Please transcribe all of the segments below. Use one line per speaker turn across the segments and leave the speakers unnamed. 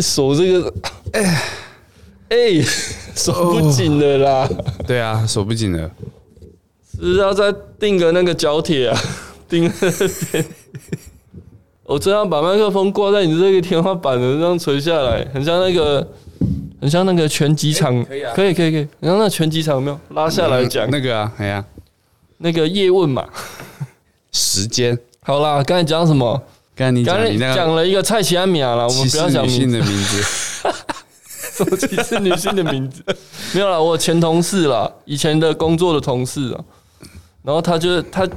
手这个，哎、哎、手不紧了啦，
对啊，手不紧了，
是要再定个那个角铁啊，定个那边。我真要把麦克风挂在你这个天花板的，这样垂下来，很像那个，很像那个拳击场，
可以啊
可以可以可以，很像那拳击场有没有拉下来讲、
那个啊，哎呀，
那个叶问嘛。
时间。
好啦，刚才讲什么？
刚才你
刚
讲
才
你那个
讲了一个蔡奇安米亚啦，我们
歧
不
视
要讲
女
名
性
字，
的名字，
什么歧视女性的名字？没有啦，我前同事啦，以前的工作的同事啊，然后他就他，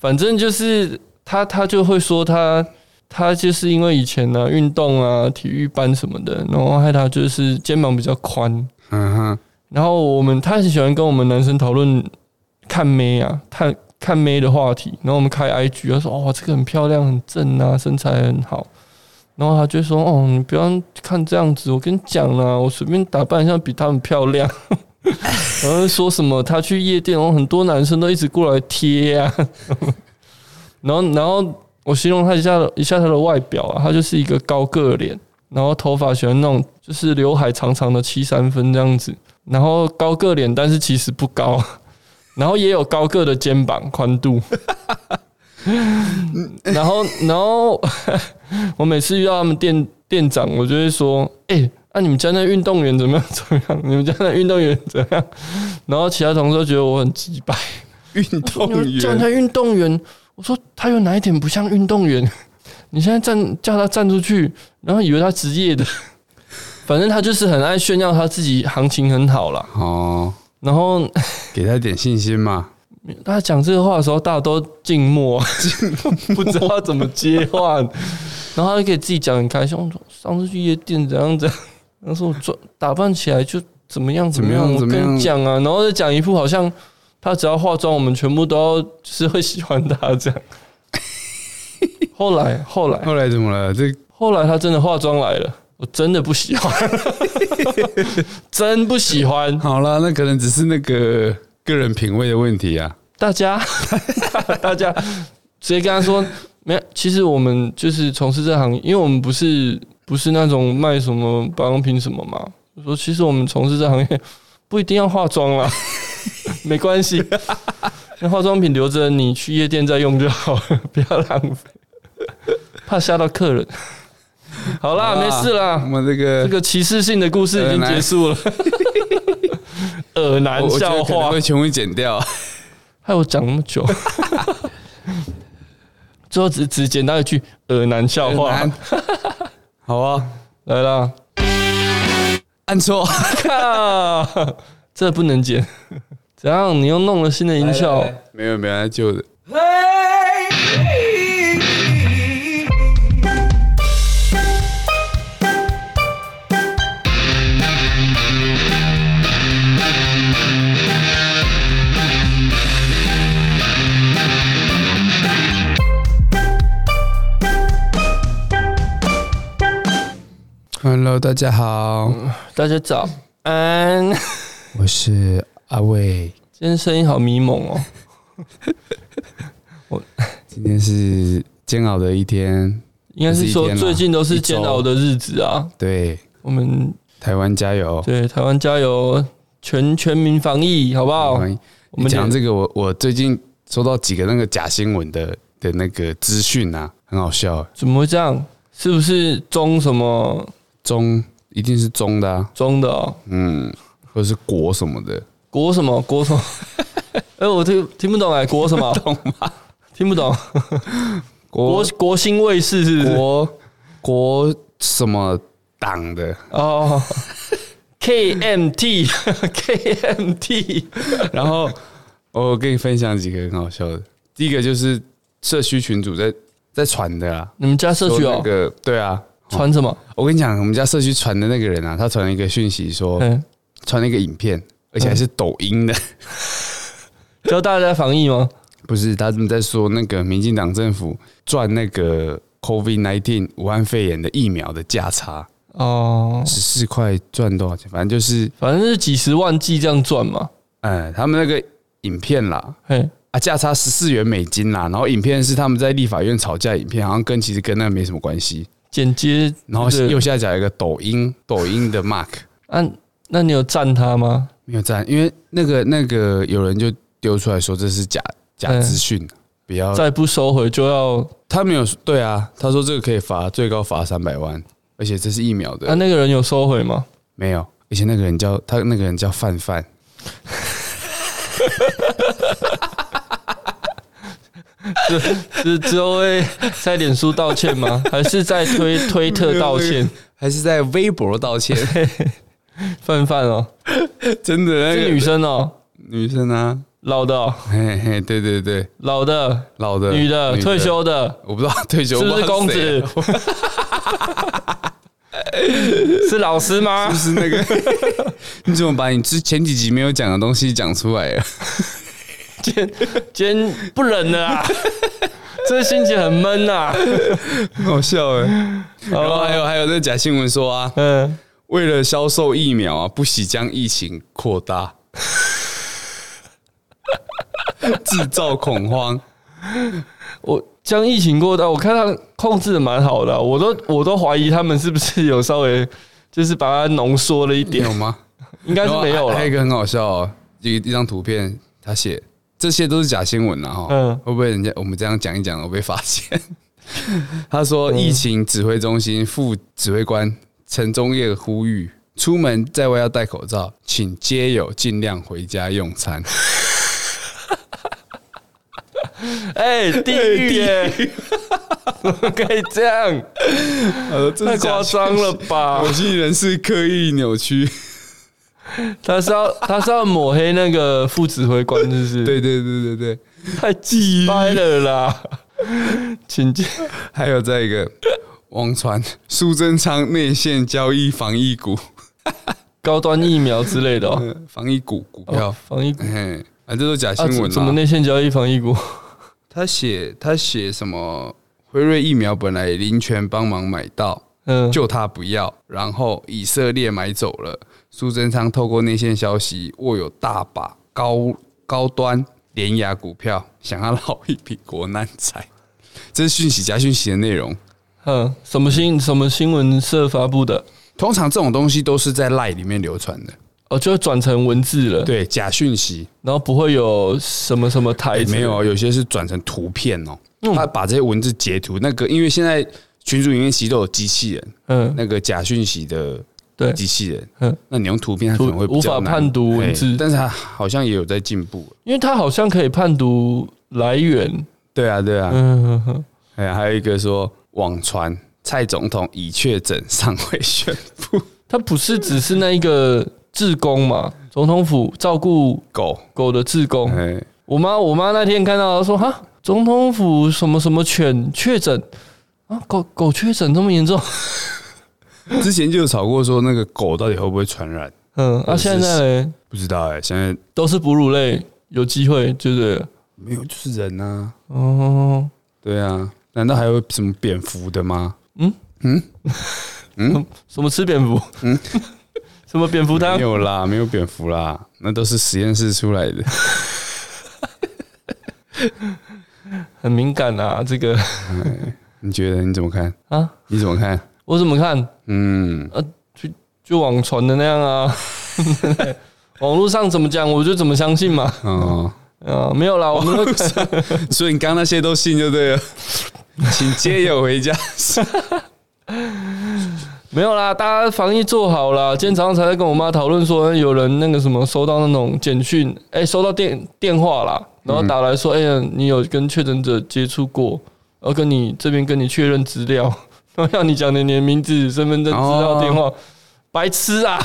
反正就是他他就会说他他就是因为以前呢、运动啊体育班什么的，然后害他就是肩膀比较宽，
嗯哼，
然后我们他很喜欢跟我们男生讨论看妹啊，看看妹的话题。然后我们开 IG，他说：“哦，这个很漂亮，很正啊，身材很好。”然后他就说：“哦，你不要看这样子，我跟你讲啦，我随便打扮一下比他们漂亮。”然后说什么他去夜店，然后哦很多男生都一直过来贴啊。然后，然后我形容他一下一下他的外表啊，他就是一个高个脸，然后头发喜欢那种就是刘海长长的七三分这样子，然后高个脸，但是其实不高， 然后也有高个的肩膀宽度。 然后，然后 我每次遇到他们店店长，我就会说：“哎、那、你们家那运动员怎么样？怎么样？你们家那运动员怎么样？” 然后其他同事都觉得我很鸡掰，
运动
你叫他
员，
运动员，我说他有哪一点不像运动员？ 你现在站叫他站出去，然后以为他职业的，反正他就是很爱炫耀他自己行情很好啦。
哦，
然后
给他点信心嘛，
他讲这个话的时候，大家都静默， 不知道怎么接话。然后他就给自己讲很开心，我说上次去夜店怎样怎样，然后说我装打扮起来就怎么样怎么样，
怎么样
我
怎么
跟
样
你讲啊，然后再讲一副好像他只要化妆，我们全部都要就是会喜欢他 这样。后来后来
后来怎么了？这
后来他真的化妆来了，我真的不喜 欢，真不喜欢
好啦，那可能只是那个个人品味的问题啊。
大家 大家直接跟他说，没有，其实我们就是从事这行业，因为我们不是不是那种卖什么保养品什么嘛。我说其实我们从事这行业不一定要化妆啦， 没关系，那化妆品留着你去夜店再用就好了，不要浪费，怕吓到客人。好啦，
好
啊
啦
没事
啊我
啦，
们这个
这个歧视性的故事已经结束 了。 耳
我
男
我觉得
笑
可能
话
会，全部剪掉。
害我讲那么 久，最后只只简单一句耳男笑话
很难好啊，
来啦，
按错，
靠，这不能剪，怎样？你又弄了新的音效？
哎没有没有，旧的。Hello，大家好，
大家早安，
我是阿卫，
今天声音好迷蒙哦，
今天是煎熬的一天，
应该是说最近都是煎熬的日子啊。
对，
我们
台湾加油！
对台湾加油，全全民防疫，好不好？
欢迎
我
你
们
讲这个，我我最近收到几个那个假新闻的的那个资讯啊，很好笑。
怎么会这样？是不是中什么
中一定是中的、啊，
中的、哦？
嗯，或者是国什么的，
国什么国什 么？哎、我听听不懂哎、国什么？懂吗？听不懂。国
国
国新卫视是不是？
国国什么党的，
哦，KMT KMT，
然后哦我跟你分享几个很好笑的。第一个就是社区群主在在传的啊，
你们家社区
说那
哦，
个对啊，
传什么？
我跟你讲，我们家社区传的那个人啊，他传了一个讯息说，
嗯，
传了一个影片，而且还是抖音的，
教大家防疫吗？
不是他们在说那个民进党政府赚那个 COVID nineteen 武汉肺炎的疫苗的价差，
哦，
十四块赚多少钱？反正就是，
反正是几十万计这样赚嘛。
呃，他们那个影片啦，
嘿，
啊，价差十四元美金啦，然后影片是他们在立法院吵架的影片，好像跟其实跟那没什么关系，
剪接，
然后右下角有一个抖音，抖音的 mark
啊，那你有赞他吗？
没有赞，因为那个那个有人就丢出来说这是假假资讯，不要
再不收回就要
他没有对啊，他说这个可以罚最高罚三百万，而且这是疫苗的，
啊，那个人有收回吗？
没有，而且那个人叫他那个人叫范范，
是之后会在脸书道歉 吗？还是在推推 特道歉？
还是在微博 道歉，
范范哦，
真的那
是
个
女生哦，
女生啊，
老的哦、
嘿嘿，对对对，
老的、
老的
女的、退，休的，
我不知道退休啊
是不是公子？啊 是老师吗
就？是那个， 你怎么把你之前几集没有讲的东西讲出来啊了？
今天今天不冷了 啊，这心情很闷呐、 啊。
很好笑哎、
哦
然后还有还有那假新闻说啊，
嗯，
为了销售疫苗啊，不惜将疫情扩 大，制造恐慌。
我将疫情过到，我看他控制的蛮好的啊、我都我都怀疑他们是不是有稍微就是把它浓缩了一点，
有吗？
应该是没有
然后还还有一
了。
个很好笑、哦，一一张图片，他写这些都是假新闻了哈。
嗯
会不会人家我们这样讲一讲，我被发现？ 他说，疫情指挥中心副指挥官陈忠业呼吁，出门在外要戴口罩，请街友尽量回家用餐。
哎、地狱耶！怎么可以这 样？
呃，这
太
是假
夸
新
张
闻
了吧
我！心人是刻意扭曲。
他是要他是要抹黑那个副指挥官，是不是？，
对对对对对，
太鸡掰了 啦！请见，
还有再一个，王传苏贞昌内线交易防疫股，
高端疫苗之类的哦，
嗯防疫股股
哦
票。
防疫股
嘿，啊，这都假
啊，
新闻
怎么
啦。
内线交易防疫股？
他写他写什么？辉瑞疫苗本来林权帮忙买到，
嗯，
就他不要，然后以色列买走了。苏贞昌透过内线消息，握有大把高高端联雅股票，想要捞一笔国难财。这是讯息加讯息的内容。
嗯，什么新什么新闻社发布的？
通常这种东西都是在 LINE 里面流传的，
哦，就转成文字了，
对，假讯息。
然后不会有什么什么台
哎，
子、
没有，有些是转成图片哦。
嗯
他把这些文字截图，那个因为现在群组里面其实都有机器人，
嗯，
那个假讯息的
对，
机器人，
嗯
那你用图片它可能会
无
比较
法
难
判读文
哎
字
但是它好像也有在进步。
因为它好像可以判读来源，
对啊，对啊，
嗯哼哼，
哎，还有一个说网传蔡总统已确诊尚未宣布，
它不是只是那一个志工嘛，总统府照顾
狗，
狗的志工，
哎，
我妈我妈那天看到她说哈，总统府什么什么犬确诊啊，狗狗确诊这么严重，
哎之前就有吵过说那个狗到底会不会传染，
嗯，啊
是
现在嘞
不知道哎，现在
都是哺乳类，有机会就对了，
没有就是人啊，
哦，
对啊，难道还有什么蝙蝠的吗？
什么吃蝙蝠， 什么蝙蝠汤
嗯没，有啦，没有蝙蝠啦，那都是实验室出来 的。
很敏感啊，这个
你觉得你怎么看？
啊，
你怎么看？
我怎么看
嗯，
就网传的那样啊， 网络上怎么讲我就怎么相信嘛，
哦，
啊，没有啦，我们都
所以你刚刚那些都信就 对了，请街友回家。
没有啦，大家防疫做好啦。今天早上才在跟我妈讨论说，有人那个什么收到那种简讯，哎、收到电电话啦，然后打来说，哎、呀，你有跟确诊者接触过，然后跟你这边跟你确认资料， 然后要你讲你的名字、身份证、资料、
哦
电话，白痴啊，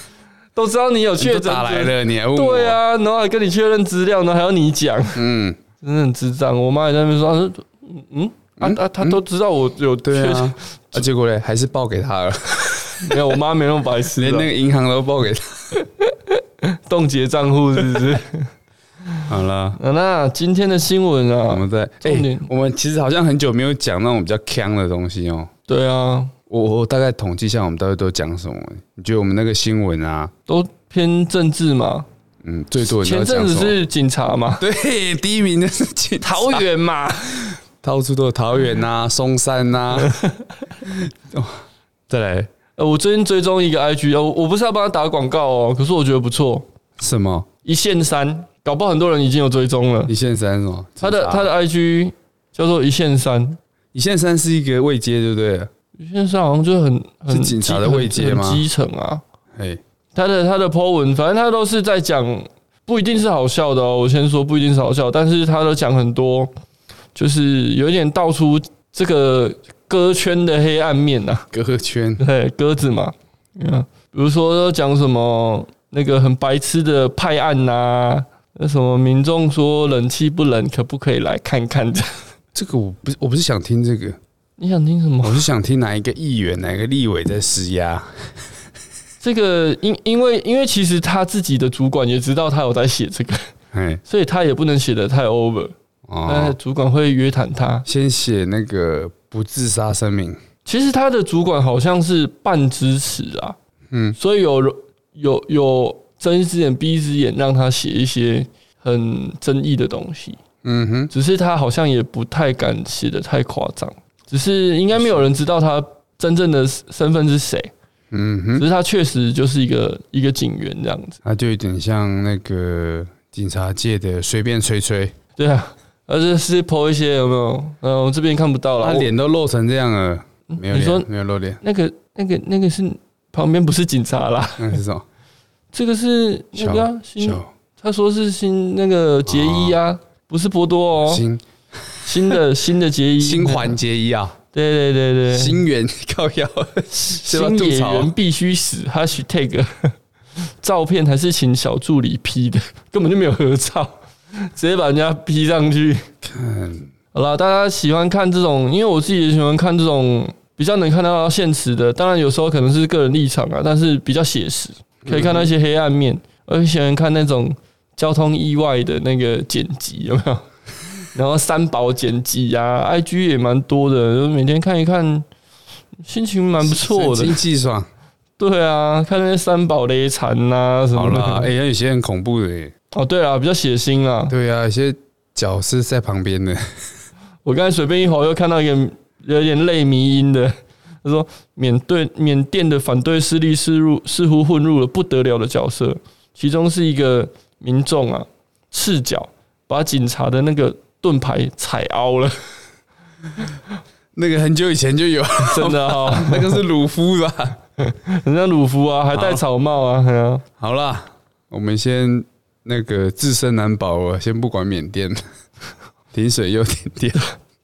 都知道你有确
你都
诊
打
者，
来了，你还问我？
对，啊，然后还跟你确认资料，然后还要你讲，
嗯，
真的很智障。我妈也在那边说，她说嗯嗯。啊啊！他都知道我有
对
确
啊。 啊，结果嘞，还是报给他 了，
没有，我妈没那么白痴啊，
连那个银行都报给他。
冻结账户是不是？
好了，
啊，那今天的新闻
我
啊，
们再哎
重点，
我们其实好像很久没有讲那种比较呛的东西哦。
对啊，
我我大概统计一下，我们到底都讲什么？你觉得我们那个新闻啊，
都偏政治嘛。
嗯，最多人
前
都在
阵
讲
子
什么？
是警察嘛，
对，第一名的是警察
桃园嘛，
到处都有桃园呐、松山呐、哦再来
呃，我最近追踪一个 IG，呃我我不是要帮他打广告哦，可是我觉得不错，
什么？
一线三，搞不好很多人已经有追踪了。
一线三是吗？
他的
自杀
他的 IG 叫做一线三，
一线三是一个位阶，对不对？
一线三好像就是很很
是警察
基
的位阶
很
吗
很基层啊，
哎，
他的他的 po 文，反正他都是在讲，不一定是好笑的哦。我先说不一定是好笑，但是他都讲很多，就是有一点道出这个歌圈的黑暗面呐、啊。
歌圈
对，鸽子嘛，嗯，比如说讲什么那个很白痴的派案呐、那什么民众说冷气不冷，可不可以来看看的？
这个我不是我不是想听这个，
你想听什么？
我是想听哪一个议 员、哪一个立委在施压。
这个因因为因为其实他自己的主管也知道他有在写这个，
哎，
所以他也不能写的太 over。但
哦，
主管会约谈他。
先写那个不自杀声明。
其实他的主管好像是半支持啊，
嗯，
所以有有有睁一只眼闭一只眼，让他写一些很争议的东西。
嗯哼，
只是他好像也不太敢写的太夸张，只是应该没有人知道他真正的身份是谁。
嗯
只
哼，
是他确实就是一个一个警员这样子。
他就有点像那个警察界的随便吹吹，
对啊，而且是剖一些有没有？嗯、我这边看不到了。
他
我
脸都露成这样了，没有
你说
脸，没有露脸，
那个那个那个是旁边不是警察啦，
那嗯是什么？
这个是那个、啊、新，
小哦
他说是新那个杰伊啊，不是波多哦，
新
新 的新的杰伊，
新环节一啊，
对对对对，
新源靠腰，是吧
新
吐
演
槽
员必须死，#hashtag 照片还是请小助理 P 的， 根本就没有合照， 直接把人家 P 上去。
看
好啦，大家喜欢看这种，因为我自己也喜欢看这种比较能看到现实的，当然有时候可能是个人立场啊，但是比较写实，可以看到一些黑暗面，而且喜欢看那种交通意外的那个剪辑，有没 有？然后三宝剪辑啊，IG 也蛮多的，就是每天看一看，心情蛮不错的
神。清气爽。
对啊，看那些三宝雷残呐、什
好
么的。
啦，哎，有些很恐怖的耶，
哦，对啊，比较血腥啊。
对啊，有些脚是在旁边的，
我刚才随便一吼，又看到一个有点类迷音的，他说缅对缅甸的反对势力似入似乎混入了不得了的角色，其中是一个民众啊赤脚把警察的那个盾牌踩凹了，
那个很久以前就有，
真的哦，
那个是鲁夫啊吧？
人家鲁夫啊还戴草帽啊，哎呀
好啦，我们先那个自身难保了，先不管缅甸， 停水又停电。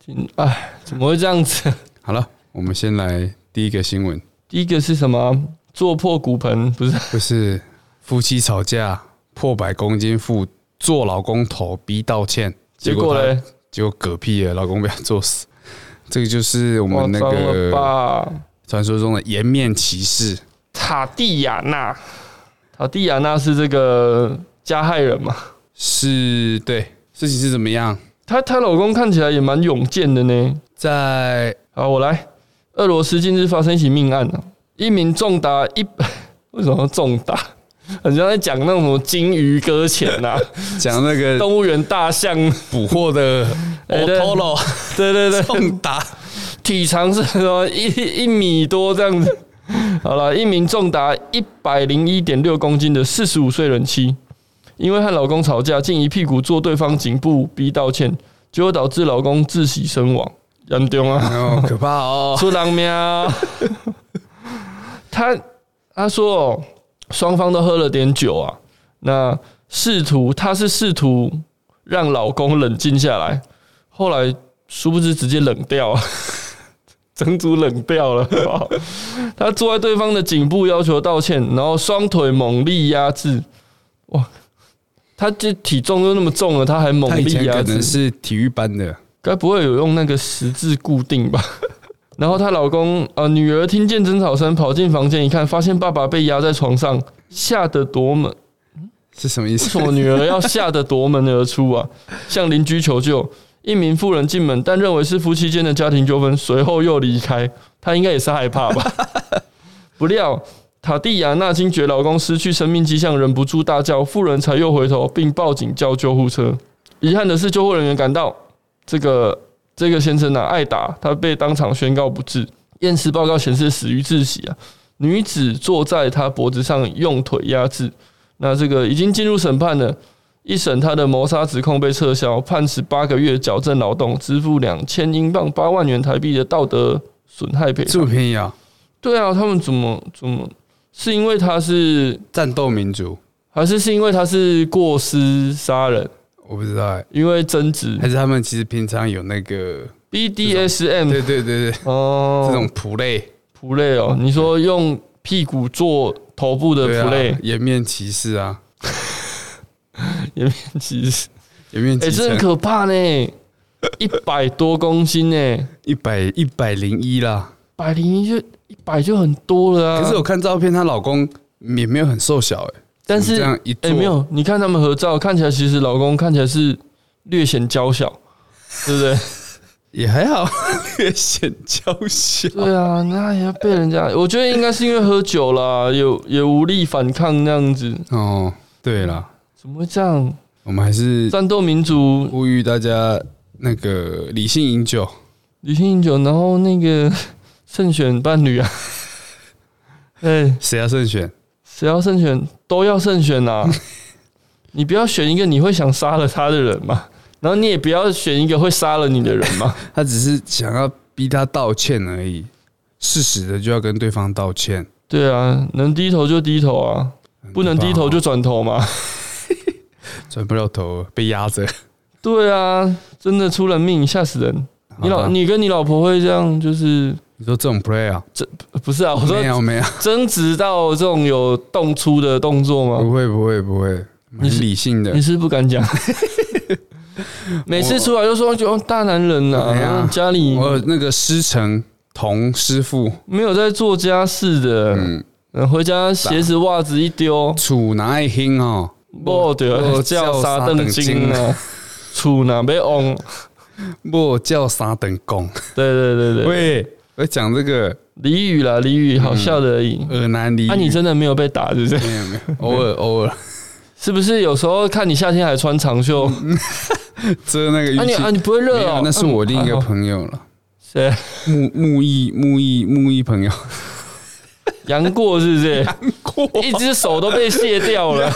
挺哎怎么会这样子？
好了，我们先来第一个新闻，
第一个是什么啊？做破骨盆不是？
就是夫妻吵架破百公斤妇做老公头逼道歉，
结
结
果
果他
嘞，
结果嗝屁了，老公被他作死。这个就是我
夸
们那
张了
个
吧？
传说中的颜面骑士，
塔蒂亚娜，塔蒂亚娜是这个加害人嘛？
是对事情是怎么样？
她她老公看起来也蛮勇健的呢。
在
好，我来。俄罗斯近日发生一起命案啊，一名重达一 为什么要重达？很像在讲那种什么金鱼搁浅 呐、
讲那个
动物园大象，
捕获的
哎对
Otolo
对对对，
重达，
体长是什么一一米多这样子。好了，一名重达一百零一点六公斤的四十五岁人妻，因为和老公吵架，竟一屁股坐对方颈部逼道歉，结果导致老公窒息身亡，严重啊！
哦，可怕哦！
出人命啊！ 他他说哦，双方都喝了点酒啊，那试图他是试图让老公冷静下来，后来殊不知直接冷掉 啊，整组冷掉了。 好不好他坐在对方的颈部要求道歉，然后双腿猛力压制，哇！他这体重又那么重了，他还猛
他以
力啊
前
压
可
制
能，是体育班的，
该不会有用那个十字固定吧？ 然后她老公呃，女儿听见争吵声跑进房间一看，发现爸爸被压在床上，吓得夺门。
是什么意
为
思？
什么女儿要吓得夺门而出啊？ 向邻居求救。一名妇人进门，但认为是夫妻间的家庭纠纷，随后又离开。她应该也是害怕吧？ 不料塔蒂亚娜惊觉老公失去生命迹象，忍不住大叫，妇人才又回头并报警叫救护车。遗憾的是，救护人员赶到，这个这个先生啊，艾达，他被当场宣告不治。验尸报告显示死于窒息啊，女子坐在他脖子上用腿压制。那这个已经进入审判了，一审他的谋杀指控被撤销，判十八个月矫正劳动，支付两千英镑八万元台币的道德损害赔
这
偿
么。便宜啊！
对啊，他们怎么怎么是因为他是
战斗民族，
还是是因为他是过失杀人？
我不知道哎、
因为争执
还是他们其实平常有那个，
BDSM
对对对对，
哦，
这种仆类，
普类哦，你说用屁股做头部的
对
呃普类
啊，，颜面骑士啊，
也面 积是，
颜面
哎，
骑
这很
士，
可怕呢，一百多公斤呢，
一百一百零一啦。
百零一就一百就很多了啊。
可是我看照片，她老公也没有很瘦小哎、
但
怎么这
是
样一做、
哎，没有，你看他们合照，看起来其实老公看起来是略显娇小，对 不对？
也 还好，略显娇小。
对啊，那也要被人家，我觉得应该是因为喝酒啦，也也无力反抗那样子，
哦，对了，
怎么会这样？
我们还是
战斗民族
呼吁大家那个理性饮酒，
理性饮酒，然后那个 慎选伴侣啊， 哎，
谁要慎选？
谁要慎选都要慎选呐、 你不要选一个你会想杀了他的人嘛，然后你也不要选一个会杀了你的人嘛。
他只是想要逼他道歉而已，适时的就要跟对方道歉，
对啊，能低头就低头啊，不能低头就转头嘛。
哦转不了头，被压着。
对啊，真的出人命，吓死人。你
好
老
吧
你跟你老婆会这样，就是
你说这种 play 啊？
呃不是啊？我说
没 有没有，
争执到这种有动粗的动作吗？
不会不会不会，
你是
很理性的
你。是不敢讲。每次出来就说哦就大男人呐、
哎呀
家里
我有那个师承童师傅，
没有在做家事的，
嗯，
嗯，回家鞋子袜子一 丢，
楚拿一听哦，
我的叫沙凳精啊，厝哪被翁？
莫叫三等公。
对对对对，
喂，我讲这个
俚语啦，俚语好笑的而已。
耳难离。
啊，你真的没有被打，是不是？
没有没有，偶尔偶尔
是不是有时候看你夏天还穿长袖？啊
遮那个浴
你
巾
啊。你不会
没
热
有
哦？
那是我另一
啊
个
好
朋友了，
谁？嗯
木木易木易木易朋友。
杨过是不是？
过
一只手都被卸掉了，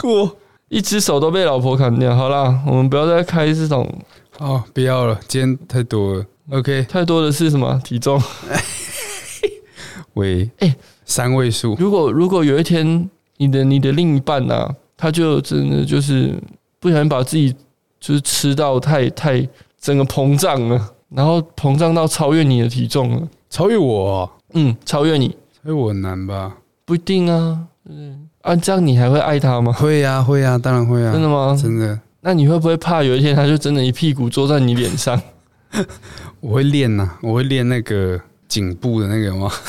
过
一只手都被老婆砍掉。好啦，我们不要再开这种
哦，不要了，今天太多了。OK，
太多的是什么体重。
喂，
哎
三位数，
如果如果有一天你的你的另一半呐、啊，他就真的就是不小心把自己就是吃到太太整个膨胀了，然后膨胀到超越你的体重了，
超越我哦，
嗯，超越你
超越我很难吧？
不一定啊，嗯，啊，这样你还会爱他吗？
会呀、会呀、当然会啊，
真的吗？
真的，
那你会不会怕有一天他就真的一屁股坐在你脸上？
我会练呐、我会练那个颈部的那个吗？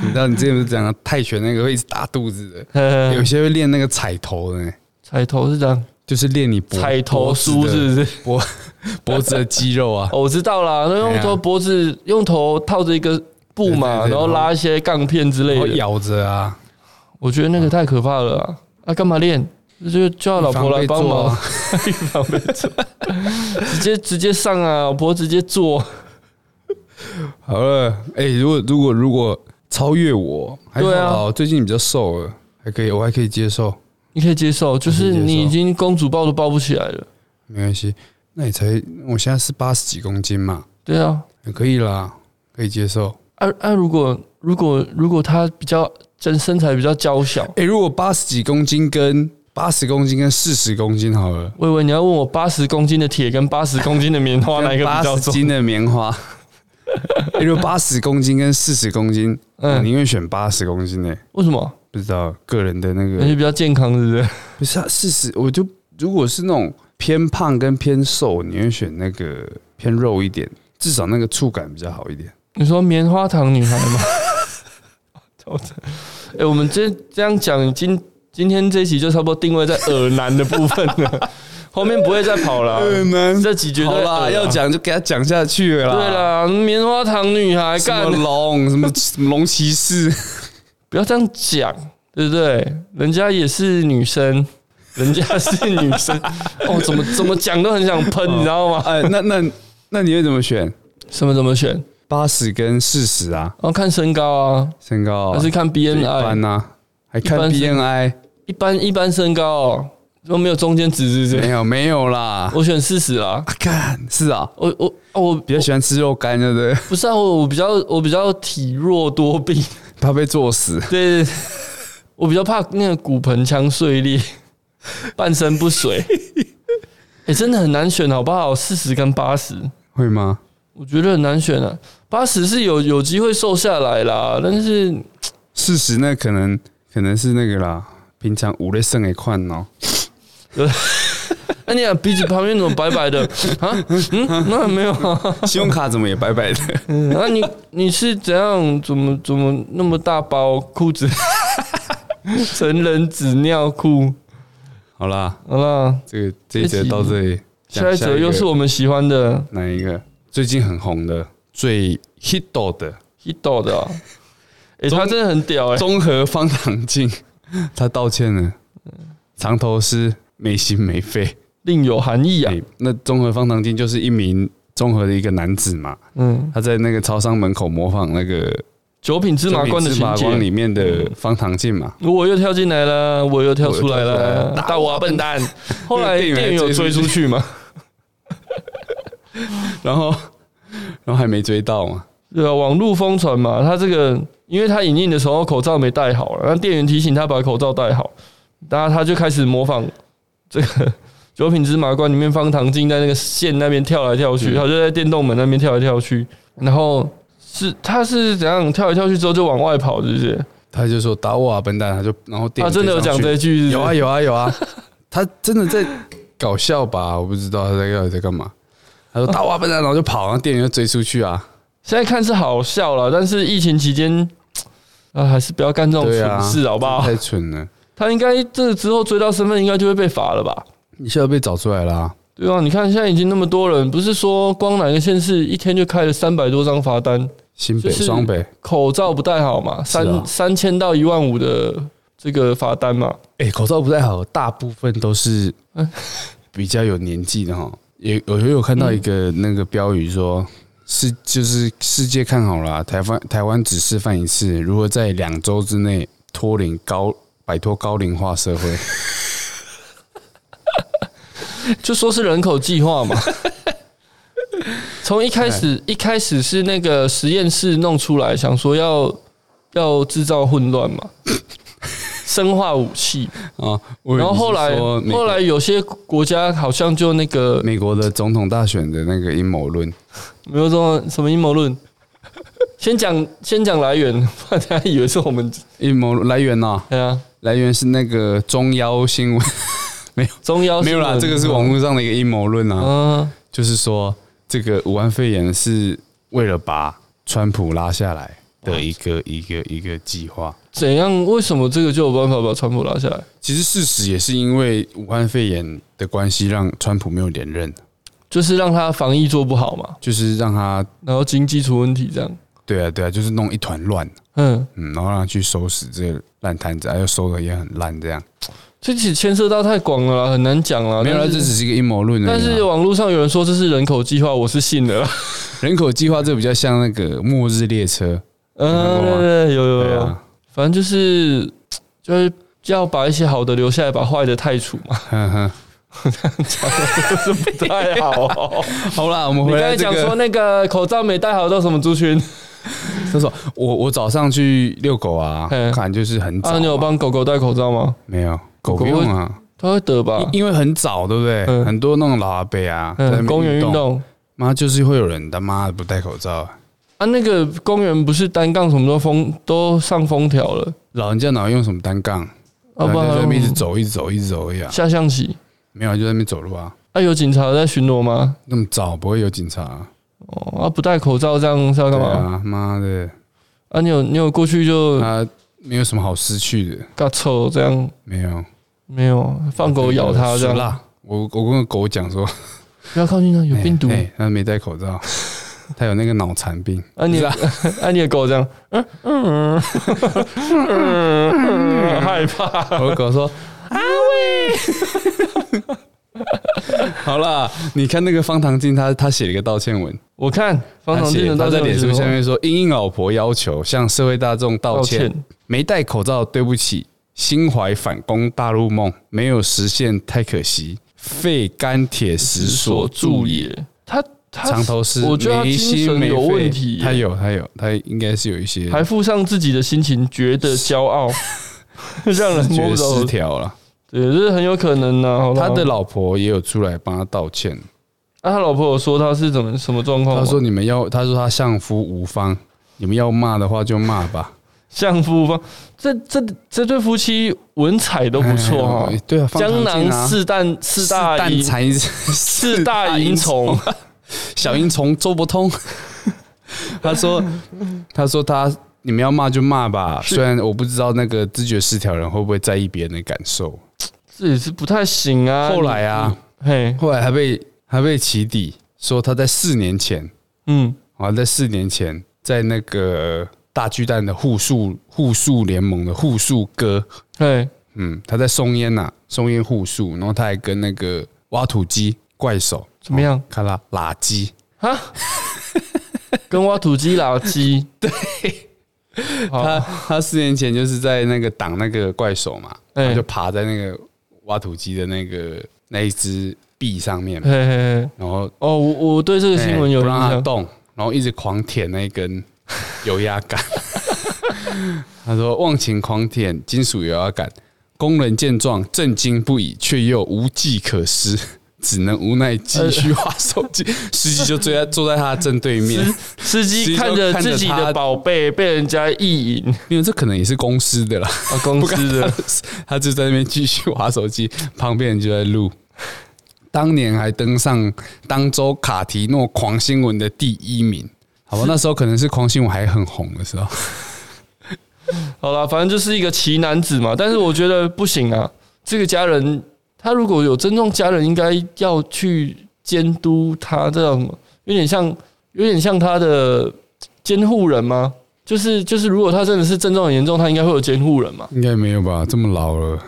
你知道你之前不是讲的泰拳那个会一直打肚子的，
嗯
有些会练那个踩头的、呢，
彩头是这样，
就是练你脖
彩头梳是
脖子
不是？
的脖子的肌 肉啊。
哦，我知道啦，那用
对
头
啊
脖子用头套着一个布嘛，
对对对
然后拉一些杠片之类
然后
的，
咬着啊，
我觉得那个太可怕了啊！啊，干嘛练？那就叫老婆来帮忙，
防啊
预 防被做，直接直接上啊！老婆直接做，
好了，哎、如果如果如果超越我，还好
对啊
最近比较瘦了，还可以，我还可以接受，
你可以接受，就是
可以接受
你已经公主抱都抱不起来了。
没关系。那你才，我现在是八十几公斤嘛，
对啊，
还可以啦，可以接受。
啊啊！如果如果如果她比较真身材比较娇小，
哎、如果八十几公斤跟八十公斤跟四十公斤好了，
我以为你要问我八十公斤的铁跟八十公斤的棉花哪一个
八
比较
十
重？
斤的棉花， 欸、如果八十公斤跟四十公斤，我
嗯，
宁愿选八十公斤呢、
为什么？
不知道个人的那
那就
个，
比较健康，是不是？
不是啊，四十，我就如果是那种偏胖跟偏瘦，我宁愿选那个偏肉一点，至少那个触感比较好一点。
你说棉花糖女孩 吗？哎、我们这这样讲，今今天这一集就差不多定位在耳男的部分 了，后面不会再跑了啊、
能
这集绝对啊
好啦，
耳
要。讲就给他讲下去了啦。
对啦，棉花糖女孩
什么
干，
龙，什么什么龙骑士，
不要这样讲，对不对？人家也是女生， 人家是女生，哦，怎么怎么讲都很想喷，你知道吗？
哎，那那那你会怎么选？
什么怎么选？
八十跟四十啊，
哦，看身高啊，
身高啊
还是看
就一般
BNI？
啊，还看
一般是
BNI？
一般一般身高哦，都没有中间值是不
没
是？
有没有啦，
我选四十啦。
啊干是啊，
我我啊我
比较喜欢吃肉干，对不对？
不是啊，我我比较我比较体弱多病，
怕被作死。
对，对对 我比较怕那个骨盆腔碎裂，半身不遂。哎、真的很难选，好不好？四十跟八十，
会吗？
我觉得很难选啊。八十是有有机会瘦下来啦，但是
事实那可能可能是那个啦，平常五类剩一 块哦，
哎、你看鼻子旁边怎么白白的啊？嗯，那没有啊。
信用卡怎么也白白的？
嗯啊、你你是怎样？怎么怎么那么大包裤子？ 成人纸尿裤，
好啦，
好啦，
这个这一则到这
哎
里，
下一则又是我们喜欢的
哪一个？最近很红的、最 hit 的
Hito 的、 啊，哎、
中
他真的很屌哎、
综合方糖镜， 他道歉了，长头是没心没肺。
另有含义啊。
哎那综合方糖镜就是一名综合的一个男子嘛，
嗯，
他在那个超商门口模仿那个
九品芝麻官的
《
情
芝麻官》
节，
里面的方糖镜嘛，
我又跳进来了，我又跳出来
我又跳出
了
来，了
打我啊笨 蛋！后来
店员
店员有追出去嘛？
然后然后还没追到嘛，
对啊，网络疯传嘛，他这个因为他影印的时候口罩没戴好，然后店员提醒他把口罩戴好，然后他就开始模仿这个 九品芝麻官里面方唐镜在那个线那边跳来跳去，
嗯
他就在电动门那边跳来跳去，然后是他是怎样跳来跳去之后就往外跑，是不是？
他就说打我啊，笨蛋！他就然后店
他
员
真的有讲这
追
一
上
句是不
去
是
有啊有啊有啊， 他真的在搞笑吧？我不知道他在到底在干嘛。他说打我啊，笨蛋，然后就跑，然后店员就追出去啊。
现在看是好笑了，但是疫情期间。啊，还是不要干这种
对
蠢
啊，
事，好不好？
太蠢了，
他应该这个之后追到身份，应该就会被罚了吧？
你现在被找出来啦、
对啊，你看现在已经那么多人，不是说光哪个县市一天就开了三百多张罚单，
新北、
就是
双北，
口罩不戴好嘛，
是啊
三三千到一万五的这个罚单嘛，
哎、口罩不太好，大部分都是
嗯
比较有年纪的哈。也我有有看
嗯
到一个那个标语说，世就是世界看好了啊、台湾台湾只示范一次，如何在两周之内脱龄高摆脱高龄化社会。
就说是人口计划嘛。 从一开始，一开始是那个实验室弄出来，想说要要制造混乱嘛， 生化武器。
啊，我以为
然后
你是
后来
说美国
后来有些国家好像就那个
美国的总统大选的那个阴谋论，
没有这种什么阴谋论。先讲先讲来源， 不然大家以为是我们
阴谋论来源呢、
对啊，
来源是那个中央新闻，
中央
没有啦，这个
哦
是网络上的一个阴谋论啊，
嗯，
就是说这个武汉肺炎是为了把川普拉下来的一个一个一个计划。
怎样？为什么这个就有办法把川普拉下来？
其实事实也是因为武汉肺炎的关系，让川普没有连任，
就是让他防疫做不好嘛，
就是让他
然后经济出问题这样。
对啊对啊，就是弄一团乱，
嗯，
嗯，然后让他去收拾这个烂摊子，他哎又收的也很烂，这样
这其实牵涉到太广了啦，很难讲啦。
没有啦，
但
这
是
只是一个阴谋论而已啊。
但是网络上有人说这是人口计划，我是信的啦。
人口计划这比较像那个末日列车，
嗯，对对对，有有
对
有，
啊，
反正就是就是要把一些好的留下来，把坏的汰除 嘛。
哼嗯哼。
这不太好、哦。
好 啦，我们
你
回
刚
来
才
这
讲说
个。
那个口罩没戴好到什么族群？
他说我我早上去遛狗啊
嗯，
看就是很早
啊，
嘛，
你有帮狗狗戴口罩吗？
没有狗不用啊，
它会得吧
因？因为很早，对不对？
嗯
很多那种老阿伯啊，在那
嗯，
边
公园运，动
妈就是会有人他妈的不戴口罩，
啊，那个公园不是单杠什么都封都上封条了，
老人家哪用什么单杠，
啊，
然
不
后就在那
然
边一直走，一直走，一直走呀，
下象棋。
没有就在那边走路啊，
啊，有警察在巡逻吗？
那么早不会有警察啊，
哦，啊，不戴口罩这样是要
对
干嘛？
啊，妈的，
啊，你有你有过去就
他没有什么好失去的，
嘎臭这样
没有
没有？放狗咬它这
死
样，
啦。我我跟狗讲说，
不要靠近它，有病毒
哎。哎他没戴口罩，他有那个脑残病。
啊你
是啊
啊你的狗这样，嗯 嗯嗯嗯，害怕。
我的狗说：“好啦，你看那个方唐镜，他他写了一个道歉文，
我看方
他
唐镜
写
的
他
道
在
歉文
脸
是
书
什
下
么
面说，因应老婆要求向社会大众道
道
歉
歉，
没戴口罩对不起，心怀反攻大陆梦没有实现太可惜，肺肝铁石所助也。。
他他
长头诗，
我觉得他
没
精
心
神
没
有
肺
问题耶，
他有他有他应该是有一些
还附上自己的心情，觉得骄 傲，让人
视
摸
觉
不
失
着。
调了。
对，这很有可能呢、好啦
他的老婆也有出来帮他道歉，
啊，他老婆有说他是怎么什么状况吗？
他说你们要，他说他相夫无方，你们要骂的话就骂吧。
相夫方，这这这对夫妻文采都不错哈、
哎对啊，放
江
长镜啊
南四旦四大
蛋
银
才
四
四
大银虫，
小银虫周 伯通。他说，他说他你们要骂就骂吧，
是
虽然我不知道那个知觉失调人会不会在意别人的感受。
这也是不太行啊。
后来啊，
你，嘿，
后来还被还被起底说他在四年前
嗯，
啊，在四年前在那个大巨蛋的护树护树联盟的护树哥，
嘿，
嗯，他在松烟呐、松烟护树，然后他还跟那个挖土机怪手哦
怎么样？
看啦垃圾。
啊，跟挖土机老鸡，对，好，
他他四年前就是在那个挡那个怪手嘛，
哎
他就爬在那个挖土机的那个那一只壁上面嘛
嘿，嘿嘿，
然后
哦，我我对哎这个新闻
哎
有
不
印
让他
象，
动，然后一直狂舔那一根油压杆。 他说忘情狂舔金属油压杆，工人见状震惊不已，却又无计可施。只能无奈
呃
继续 划手机，司机就追在坐在他的正对面。
司
司
机
机
看着
就看着
自己
他
的宝贝被人家意 淫，
因为这可能也是公司的啦，
啊，公司的，
他就在那边继续划手机，旁边人就在录。当年还登上当周卡提诺狂新闻的第一名，好吧，那时候可能是狂新闻还很红 的时候。
好啦，反正就是一个奇男子嘛，但是我觉得不行啊，这个家人他如果有尊重家人，应该要去监督他，这样有点像有点像他的监护人吗？就是就是，如果他真的是症状很严重，他应该会有监护人嘛？
应该没有吧？这么老了，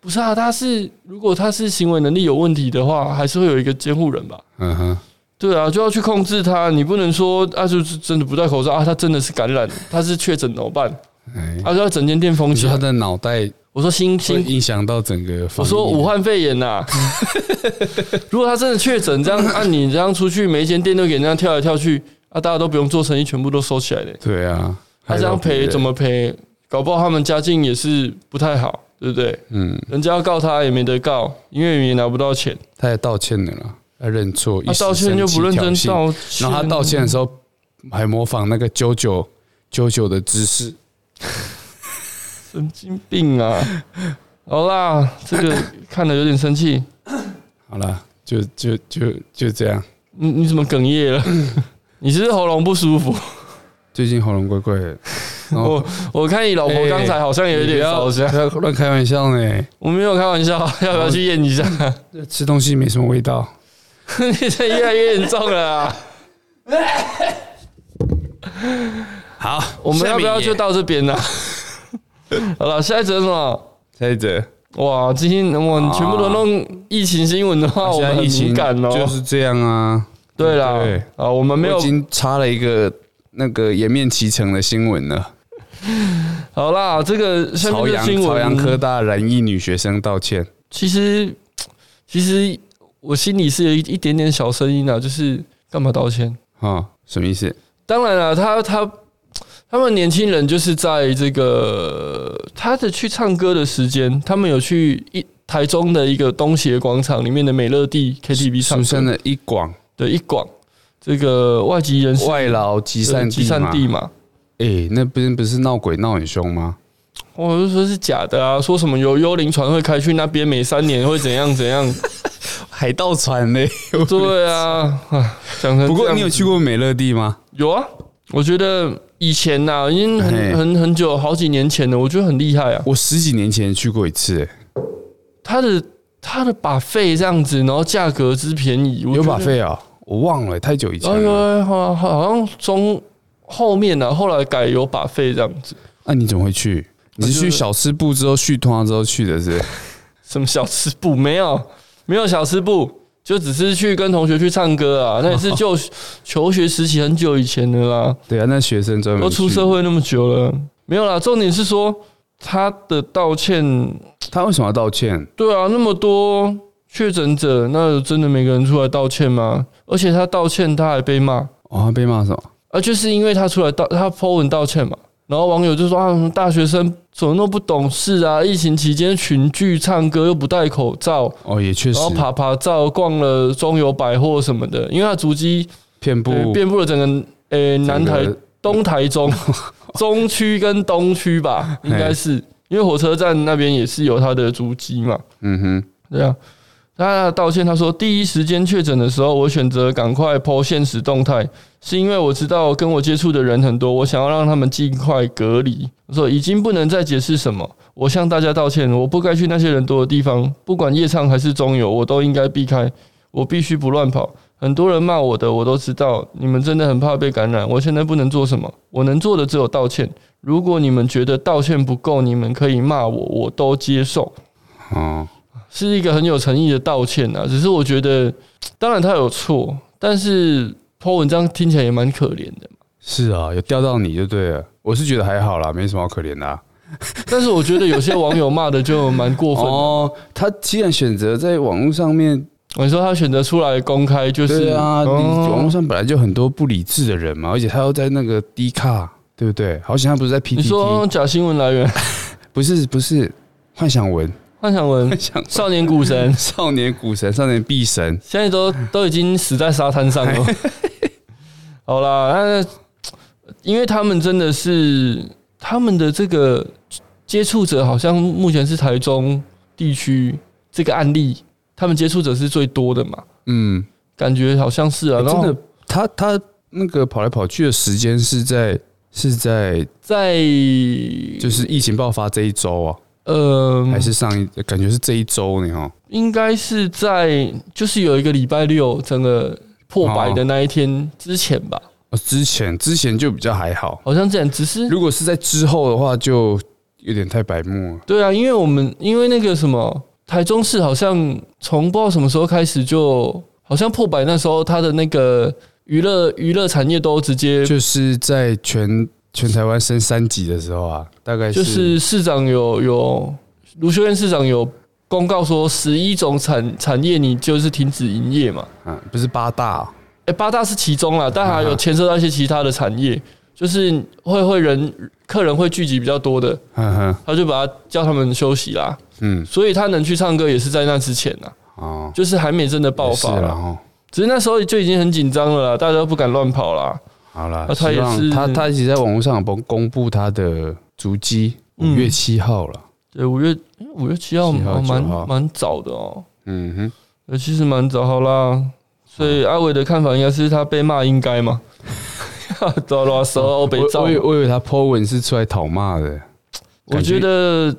不是啊，他是如果他是行为能力有问题的话，还是会有一个监护人吧？
嗯哼，
对啊，就要去控制他，你不能说啊，就是真的不戴口罩啊，他真的是感染，他是确诊怎么办？
哎，
啊，就要整间店封
你
起
说他
来。
的脑袋
我说新
会
新
影响到整个
我
防疫？
说武汉肺炎 呐、如果他真的确诊，这样按、你这样出去，每一间店都给人家跳来跳去，啊，大家都不用做生意，全部都收起来嘞。
对啊，
他、这样赔怎
么？
么赔？搞不好他们家境也是不太好，对不对？
嗯，
人家要告他也没得告，因为也拿不到钱。
他也道歉了啦，他认错，
他、
一时
道歉就不认真
生气挑衅
道歉，
然后他道歉的时候还模仿那个九九九九的姿势，
神经病啊！好啦，这个看了有点生气。
好了，就就就就这样。
你你怎么哽咽了？ 你是不是喉咙不舒服？
最近喉咙怪怪 的，然后
我我看你老婆刚才好像有一点烧
哦哎不
香。
要乱开玩笑呢，
我没有开玩 笑，要不要去验一下？
吃东西没什么味道。
你这越来越严重了啊！
好，
我们要不要就
到
到这边呢、啊 好了，下一则是什么？
下一则？
哇，今天我们全部都弄疫情新闻的话，我
啊现在
们很
疫情
敏感哦。
就是这样啊。
对啦
对，
啊，我们没
我
有
已经插了一个那个颜面齐成的新闻了，
好啦，这个下面
朝
的
阳
新
朝阳科
闻，
大染疫女学生道歉。
其实其实我心里是有一一点点小声音啊，就是干嘛道歉？
啊，什么意思？
当然了，他他他们年轻人就是在这个他的去唱歌的时间，他们有去一台中的一个东协广场里面的美乐蒂 KTV
出
唱
生
歌，
的一广
对一广这个外籍人士
外劳集散
集
地
散
嘛？
地嘛，
哎，那不是不是闹鬼闹很凶吗？
我就哦说是假的啊，说什么有幽灵船会开去那边，每三年会怎样怎 样，
海盗船嘞？
对啊，啊讲成 这
不过
样
你有去过美乐蒂吗？
有啊，我觉得以前呐、已经
嘿
很很很久好几年前了，我觉得很厉害啊。
我十几年前去过一次、欸，
它的它的把费这样子，然后价格之便宜，我
有
觉
把
得。
费啊，我忘了，太久以前
哎
了。
呦，好好好像中后面呢、啊，后来改有把费这样子，
那、啊你怎么会去？
呃
你是去小吃部之后续通了之后去的是不是？
什么小吃部没有。啊没有小吃部，就只是去跟同学去唱歌啊，那也是就求学时期很久以前的啦，
对啊，那学生专门
都出社
会，
会那么久了，没有啦。重点是说他的道歉，
他为什么要道歉？
对啊，那么多确诊者，那有真的每个人出来道歉吗？而且他道歉，他还被骂。
哦，他被骂什么？
啊，就是因为他出来道他 po 文道歉嘛，然后网友就说啊，什么大学生怎么那么不懂事啊？疫情期间群聚唱歌又不戴口罩，
哦，也确实
然后爬爬照逛了中友百货什么的，因为他足迹
遍布
呃遍布了整个呃
整
南
个
台东台 中中区跟东区吧，应该是因为火车站那边也是有他的足迹嘛，
嗯哼，
对啊。他道歉，他说第一时间确诊的时候，我选择赶快 PO 现实动态，是因为我知道呃跟我接触的人很多，我想要让他们尽快隔离。我说已经不能再解释什么，我向大家道歉，我不该去那些人多的地方，不管夜唱还是中游，我都应该避开，我必须不乱跑。很多人骂我的，我都知道，你们真的很怕被感染。我现在不能做什么，我能做的只有道歉。如果你们觉得道歉不够，你们可以骂我，我都接受。
哦，
是一个很有诚意的道歉啊。只是我觉得，当然他有错，但是 Po 文章听起来也蛮可怜的。
是啊，有钓到你就对了。我是觉得还好啦，没什么好可怜的、啊。
但是我觉得有些网友骂的就蛮过分的。
哦，他既然选择在网络上面，
你说他选择出来公开，就是
对啊，你
哦
网络上本来就很多不理智的人嘛，而且他又在那个低卡，对不对？好险他不是在
你
PPT，
说假新闻来源，
不是不是幻想文，
幻想文
幻想文
少年股神
少年股神，少年币神，
现在 都都已经死在沙滩上了。
哎
好啦，那因为他们真的是他们的这个接触者，好像目前是台中地区这个案例，他们接触者是最多的嘛，
嗯，
感觉好像是啊。
欸
然
真
后
的，他他那个跑来跑去的时间是在是在
在
就是疫情爆发这一周啊，
呃，
还是上一感觉是这一周呢哈，
应该是在就是有一个礼拜六整个破百的那一天之前吧，
哦之前之前就比较还好，
好像这样，只是
如果是在之后的话，就有点太白目了。
对啊，因为我们因为那个什么台中市好像从不知道什么时候开始就好像破百，那时候它的那个娱乐娱乐产业都直接
就是在全全台湾升三级的时候啊，大概是、
就是市长有有卢修院市长有公告说十一种产产业你就是停止营业嘛，
啊， 不是八大哦、
哎、八大是其中啦，但还有
啊
牵涉到一些其他的产业，就是会会人客人会聚集比较多的，
哼哼，
他就把他叫他们休息啦，
嗯，
所以他能去唱歌也是在那之前啦，
哦，
就是还没真的爆发
也是
啦
啦。哦。
只是那时候就已经很紧张了啦，大家都不敢乱跑啦。
好啦，
啊他也
希望
是
他他一直在网络上有公公布他的足迹，五
嗯
月七号了。
对，五月诶五月七号
7号
哦蛮
9号
蛮早的哦，
嗯哼，
呃，其实蛮早，好啦。所以阿伟的看法应该是他被骂应该嘛， 走了时候被
我
照
我。以我以为他 po 文是出来讨骂的
我觉得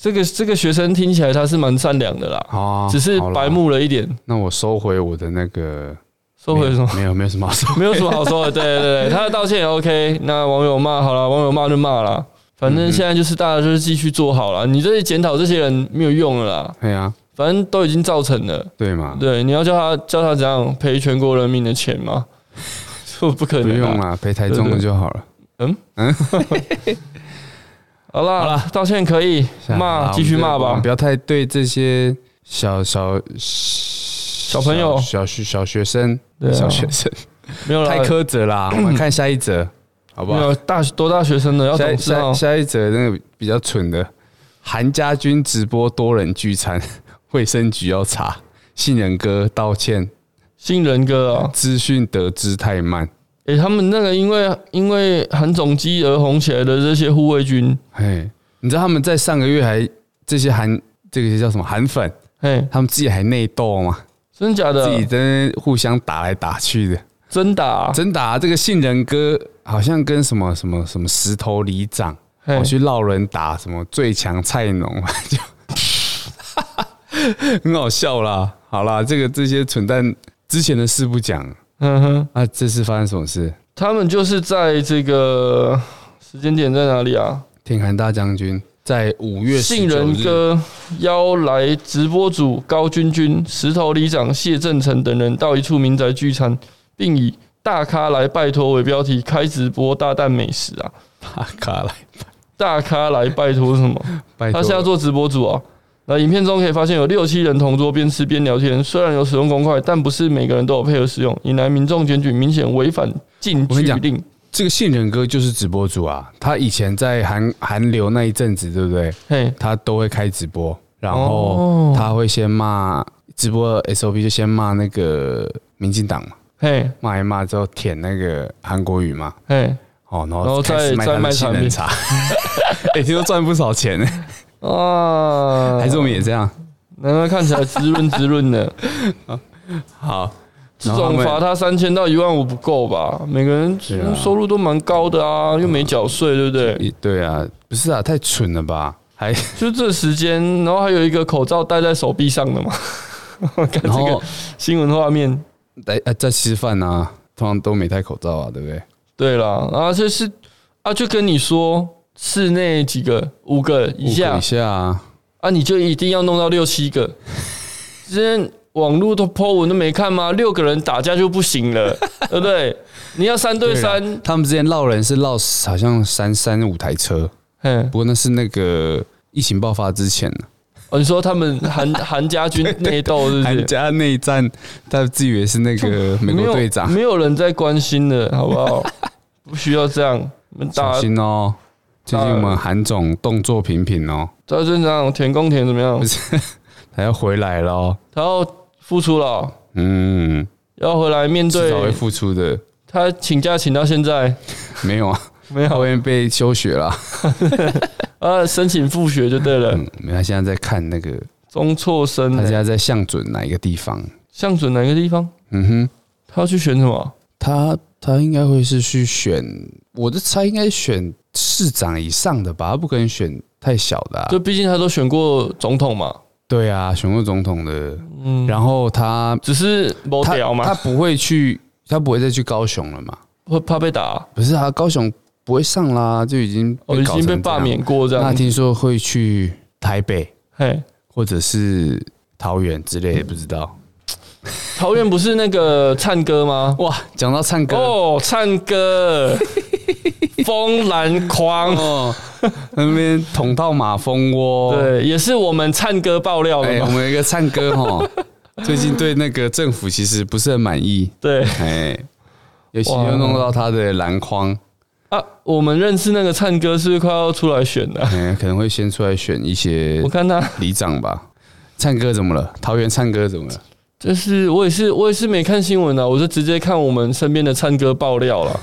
这个这个学生听起来他是蛮善良的啦，
啊，
只是
好啦
白。目了一点。
那我收回我的那个，
收回什么？
没有？没有，没有什么好收。
没有什么好说的。对对对，他的道歉也 OK。那网友骂好了，网友骂就骂啦。反
嗯
正现在就是大家就是继续做好了，你这些检讨这些人没有用了啦。
对啊，
反正都已经造成了。
对嘛，
对，你要叫他叫他怎样赔全国人民的钱吗？ 这不可
不
能、
用
啊。
啦，陪台中
对
的
对
就好了。
好啦，
好啦
道歉可以
是啊好
骂，
啦
继续骂
我们我们
吧
不。要太对这些小小小
朋友
小学小学生、
对啊
小学生
没有啦，
太苛责啦。我们看下一则，好不
没
好？
有大多大学生的要
下
懂事
下
哦。
下一则那个比较蠢的，韩家军直播多人聚餐，卫生局要查，杏仁哥道歉，
新人哥啊，
资讯得知太慢。
诶、他们那个因为因为韩总机而红起来的这些护卫军，
嘿，你知道他们在上个月还这些韩这个叫什么韩粉，
嘿，
他们自己还内斗吗？
真假的
自己在那边互相打来打去的。
真打、啊，
真打、这个杏仁哥好像跟什么什么什么石头里长，
嘿
我去闹人打什么最强菜农， 就很好笑啦。好啦，这个这些蠢蛋之前的事不讲，
嗯哼，
啊，这次发生什么事？
他们就是在这个时间点在哪里啊？
挺韩大将军在五月
杏
19
仁
日
哥邀来直播主高君君、石头里长谢正成等人到一处民宅聚餐，并以“大咖来拜托”为标题开直播大啖美食啊！
大咖来
大咖来拜托是什么？
拜
他
托
是要
了，
做直播主哦。那影片中可以发现有六七人同桌边吃边聊天，虽然有使用公筷，但不是每个人都有配合使用，引来民众检举，明显违反禁
我跟
聚
你讲
令。
这个杏仁哥就是直播主啊，他以前在韩韩流那一阵子，对不对？
嘿，
他都会开直播，然
哦
后他会先骂直播的 SOP，就先骂那个民进党嘛，
嘿，
骂一骂之后舔那个韩国语嘛，
嘿，
哦，然
然后
后
再
开始卖
再
他
卖
的杏
产品
仁茶， 哎，听说赚不少 钱呢，
啊，
还是我们也这样？
难怪看起来滋润滋润 的。
好，
这
然后他
种
们
罚他三千到一万五不够吧？每个人
是啊
收入都蛮高的啊，又没缴税，对不对？
也对啊，不是啊，太蠢了吧？ 还
就这时间，然后还有一个口罩戴在手臂上的嘛。 我看这
然
个
后
新闻画面，
在呃在吃饭啊，通常都没戴口罩啊，对不对？
对啦，啊，这是啊，就跟你说，室内几个五个以
误会
下
一下啊，
啊，你就一定要弄到六七 个。之前网络都 po 文都没看吗？六个人打架就不行 了，对不对？你要三对啊
对啊
三
啦，他们之前闹人是闹好像三三五台车，
嗯，
不过那是那个疫情爆发之前啊呢，
哦，你说他们韩韩家军内斗是不
韩
是？
家内战，他自以为是那个美
没
国
有
队长，
没有人在关心的，好不 好？不需要这样，我们打
小心哦。最近
打
我们韩总动作频频哦，
赵正长田宫田怎么样
不？是他要回来了哦，
他要复出了哦，
嗯，
要回来面
迟早会
对
复出的。
他请假请到现在
没有啊，
没有
他后面被休学了啊。
啊，申请复学就对了。
嗯，没有他现在在看那个，
中辍生
他现
欸，
在在向准哪一个地方？
向准哪个地方？
嗯哼，
他要去选什么？
啊他他应该会是去选，我的猜应该选市长以上的吧，他不可能选太小的、啊
就。毕竟他都选过总统嘛，
对啊，选过总统的，
嗯，
然后他
只是某
他
屌
他
嘛，
不会去，他不会再去高雄了嘛？
会怕被打，
不是啊，高雄不会上啦，就已经
哦，
搞
已
成
经被
这样
罢。免过这
那
样。
听说会去台北
嘿，
或者是桃园之
嗯
类的，不知道。
桃园不是那个灿哥吗？
哇，讲到唱歌，
哦，灿哥，风澜狂，
哦， 那边捅到马蜂窝。
对，也是我们灿哥爆料
哦哎、
的
我
嘛。
们有一个唱 歌哈，最近对那个政府其实不是很满意，
对
哎、尤其
哇
又弄到他的篮筐，
啊，我们认识那个灿哥是不是快要出来选 了？
哎、可能会先出来选一些
我看他
里长吧。唱歌怎么了？桃园唱歌怎么了？
就是我也是我也是没看新闻啊，我就直接看我们身边的灿哥爆料 了，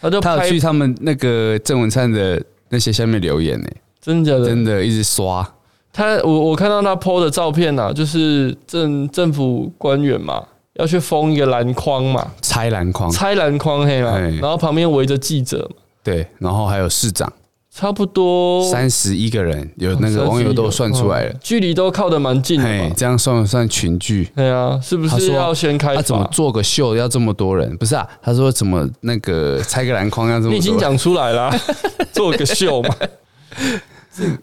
他就
他有
拍
去他们那个郑文灿的那些下面留言呢、
真假的，
真的一直刷。
他我我看到他 PO 的照片啊，就是政政府官员嘛要去封一个篮筐嘛，
拆篮筐，
拆篮筐黑嘛
嗯哎，
然后旁边围着记者嘛，
对，然后还有市长，
差不多
三十一个人，有那
哦
个网友都算出来了
嗯，距离都靠得蛮近的
哎，
嘛。
这样算不算群聚？
对啊，是不
他
是
说
要先开
他、
罚
怎么做个秀要这么多人？不是啊，他说怎么那个拆个篮筐要这么多人？
你已经讲出来啦， 做个秀嘛。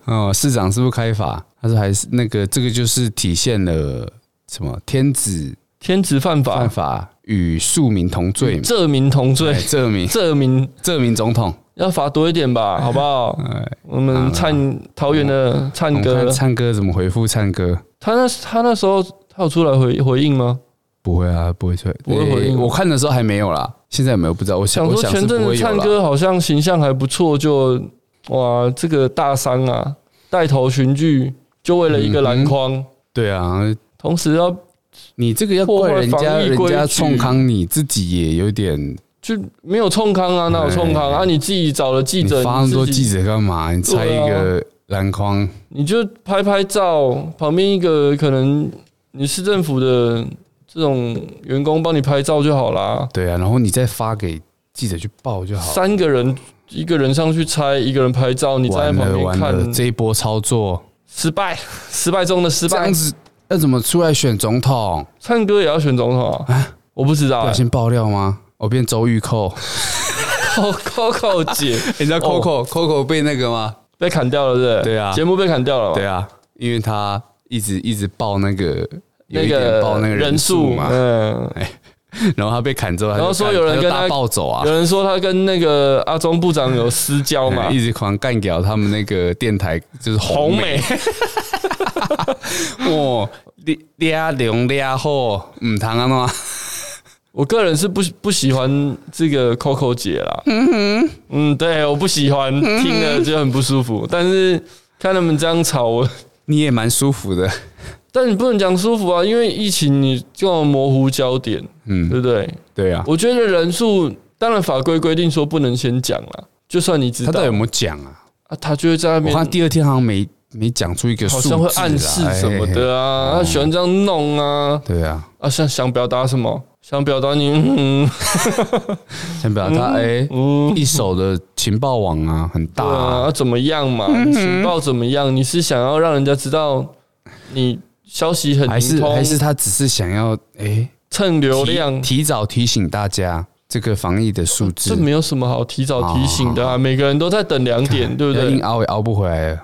哦，市长是不是开罚？他说还是那个这个就是体现了什么天子
天职犯法
犯，法与庶民同罪嘛？
证明同
哎
罪，
这名
证明
这名总统，
要罚多一点
哎
吧，好不好？我们灿桃园的
我
灿
们
哥
看，灿哥怎么回复灿哥？
他那他那时候他有出来回回应吗？
不会啊，不会出来，
不会回应
哎我看的时候还没有啦，现在有没有不知道。我想
想
我
说
想
前
是
阵
不
子
会有
灿
啦。
哥好像形象还不错，就哇这个大伤啊，带头群聚就为了一
嗯
个篮筐，
对啊，
同时要
你这个要
破
怪
坏
人
防
家，
疫
人
规
家
矩
冲康你自己也有点，
就没有冲康啊，哪有冲康啊？
哎
啊你自己找了记
你
者，啊
发那么多
自己
记者干嘛？你拆一个篮筐，
你就拍拍照，旁边一个可能你市政府的这种员工帮你拍照就好啦。
对啊，然后你再发给记者去报就好了。
三个人，一个人上去拆，一个人拍照，你站在
完
旁
了
边
完了，
看，
这一波操作
失败， 失败中的失
这
败
样。子要怎么出来选总统？
唱歌也要选总统啊？我不知道、
不
欸
小。心爆料吗？我变周玉蔻，哦
Coco 姐，
你知道
Coco-
Coco 被那个吗？
被砍掉了，对不对？
对啊
节目被砍掉了嘛，
对啊，因为他一直一直报那个
那
有一点
个
报那个
人
数嘛，哎
嗯，
然后他被砍之后，他就
然后说
干
有人
他就
跟
大
他
暴走啊
有，人说他跟那个阿中部长有私交嘛
嗯，一直狂干掉他们那个电台，就是
红
红梅
美
哦，俩俩龙俩后，啊唔通安嘛？
我个人是不不喜欢这个 Coco 姐啦，嗯对，我不喜欢，听了就很不舒服。但是看他们这样吵，我
你也蛮舒服的，
但你不能讲舒服啊，因为疫情你就模糊焦点，
嗯，
对不对？
对啊。
我觉得人数当然法规规定说不能先讲啦，就算你知
他到
道
底有没有讲啊？
啊，他就会在那
我
边
看第二天好像没没讲出一个
好
数字啊，
像会暗示什么
哎。
的啊，他喜欢这样弄啊
对啊，
啊，想想表达什么？想表达你嗯
先表达他哎，
嗯，
一手的情报网啊，很大
对
啊
啊，啊怎么样嘛？
嗯
情报怎么样？你是想要让人家知道你消息啊很
还
灵
是还
通，
是他只是想要哎
蹭流
提
量？
提早提醒大家这个防疫的数字
这，没有什么好提早提醒
哦
的啊，每个人都在等两点，对不
要硬
对？
熬也熬不回来了。